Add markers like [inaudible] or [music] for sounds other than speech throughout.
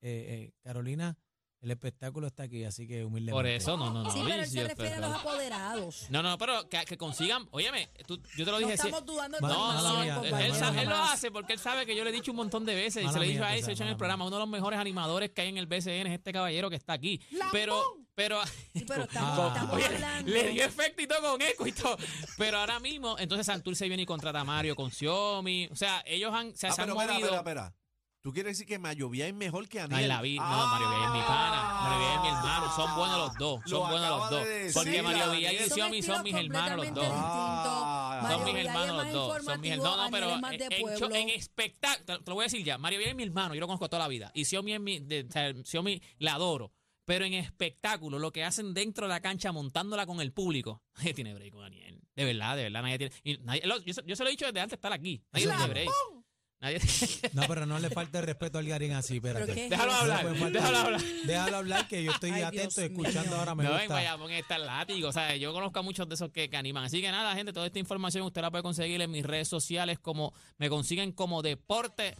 eh, eh, Carolina, el espectáculo está aquí, así que humildemente. Por eso, no, no, no. Sí, pero él se Licio refiere a los Ferrer. apoderados. No, no, pero que, que consigan. Óyeme, tú- yo te lo No dije. si- estamos pues, dudando de No, tu No, no, información, mía, no, él, compadre. él sabe- él lo Jamás. hace porque él sabe que yo le he dicho un montón de veces y Mala se lo he dicho mía, a él, tú se lo he dicho en sabes, el mala programa, uno de los mejores animadores que hay en el BCN es este caballero que está aquí. Pero, pero, [laughs] Sí, pero estamos, Ah. estamos Oye, hablando. le dio efecto y todo con eco y todo. Pero ahora mismo, entonces Santurce viene y contrata a Mario con Xiaomi. O sea, ellos han, se, Ah, se han pero espera, movido. espera, espera. ¿Tú quieres decir que Mayovia es mejor que No, Aniel? en la vida, no, Mario Villa es mi pana, Mario Villa es mi hermano, son buenos los dos, son Ah. Lo buenos los acaba dos. de porque decir, Mario Villa y Daniel. Xiaomi son mis hermanos los dos. completamente Ah, Son son mis hermanos los dos. Son mis, no, no, pero más de en- en, pueblo. cho- en espectáculo, te, lo voy a decir ya, Mario Villa es mi hermano, yo lo conozco toda la vida. Y Xiaomi es mi, de- o sea, Xiaomi la adoro. Pero en espectáculo, lo que hacen dentro de la cancha montándola con el público, [laughs] nadie tiene break con Daniel. De verdad, de verdad, nadie tiene. y nadie- lo- yo, se- yo se lo he dicho desde antes de estar aquí. Nadie Eso es tiene break. Nadie, No, pero no le falte el respeto al Garín así, espérate. ¿Pero qué? déjalo No le hablar, puede faltar. déjalo hablar. Déjalo hablar, que yo estoy Ay, atento, Dios mío. escuchando ahora [laughs] me no, en gusta. Bayamón está el látigo. O sea, yo conozco a muchos de esos que, que animan. Así que nada, gente, toda esta información usted la puede conseguir en mis redes sociales. como Me consiguen como deporte.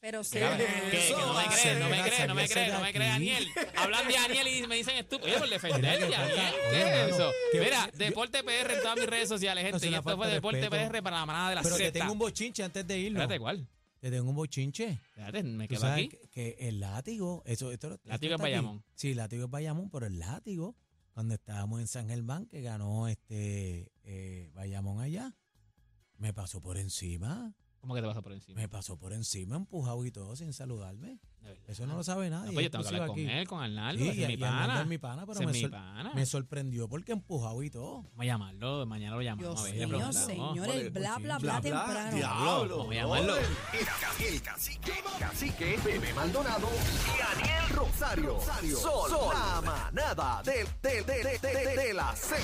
Pero Que, se que- que no me cree, no me cree, no me cree, no me cree, Daniel. Hablan de Daniel y me dicen estúpido. Oye, por defenderle Mira, que Daniel. falta- ¿Qué Oye, es mano, eso? que- Mira, Deporte PR en todas mis redes sociales, es gente. Y una esto falta fue de Deporte respeto. PR para la manada de la Pero te Zeta. tengo un bochinche antes de irnos. Espérate, ¿cuál? Te tengo un bochinche. Espérate, me Tú quedo sabes aquí. que, que el látigo, eso, esto, esto Látigo está es aquí. Bayamón. Sí, látigo es Bayamón, pero el látigo, cuando estábamos en San Germán, que ganó este eh, Bayamón allá, me pasó por encima, ¿Cómo que te pasa por encima? me pasó por encima, empujado y todo, sin saludarme. De verdad. Eso no lo sabe nadie. Ah, pues yo tengo que exclusivo hablar con aquí. él, con Arnaldo. Sí, ese y- es mi y Arnaldo pana. es mi pana, pero Ese me es mi sol- pana. Me sorprendió porque empujado y todo. Vamos a llamarlo, mañana lo llamamos. Dios a ver, le mío, preguntamos. señor, el bla, bla, bla Bla, bla, temprano. diablo. Vamos a llamarlo. El, ca- el cacique, cacique, Bebé Maldonado y Daniel Rosario. Rosario. Sol, la manada del- del- del- del- del- de la Z.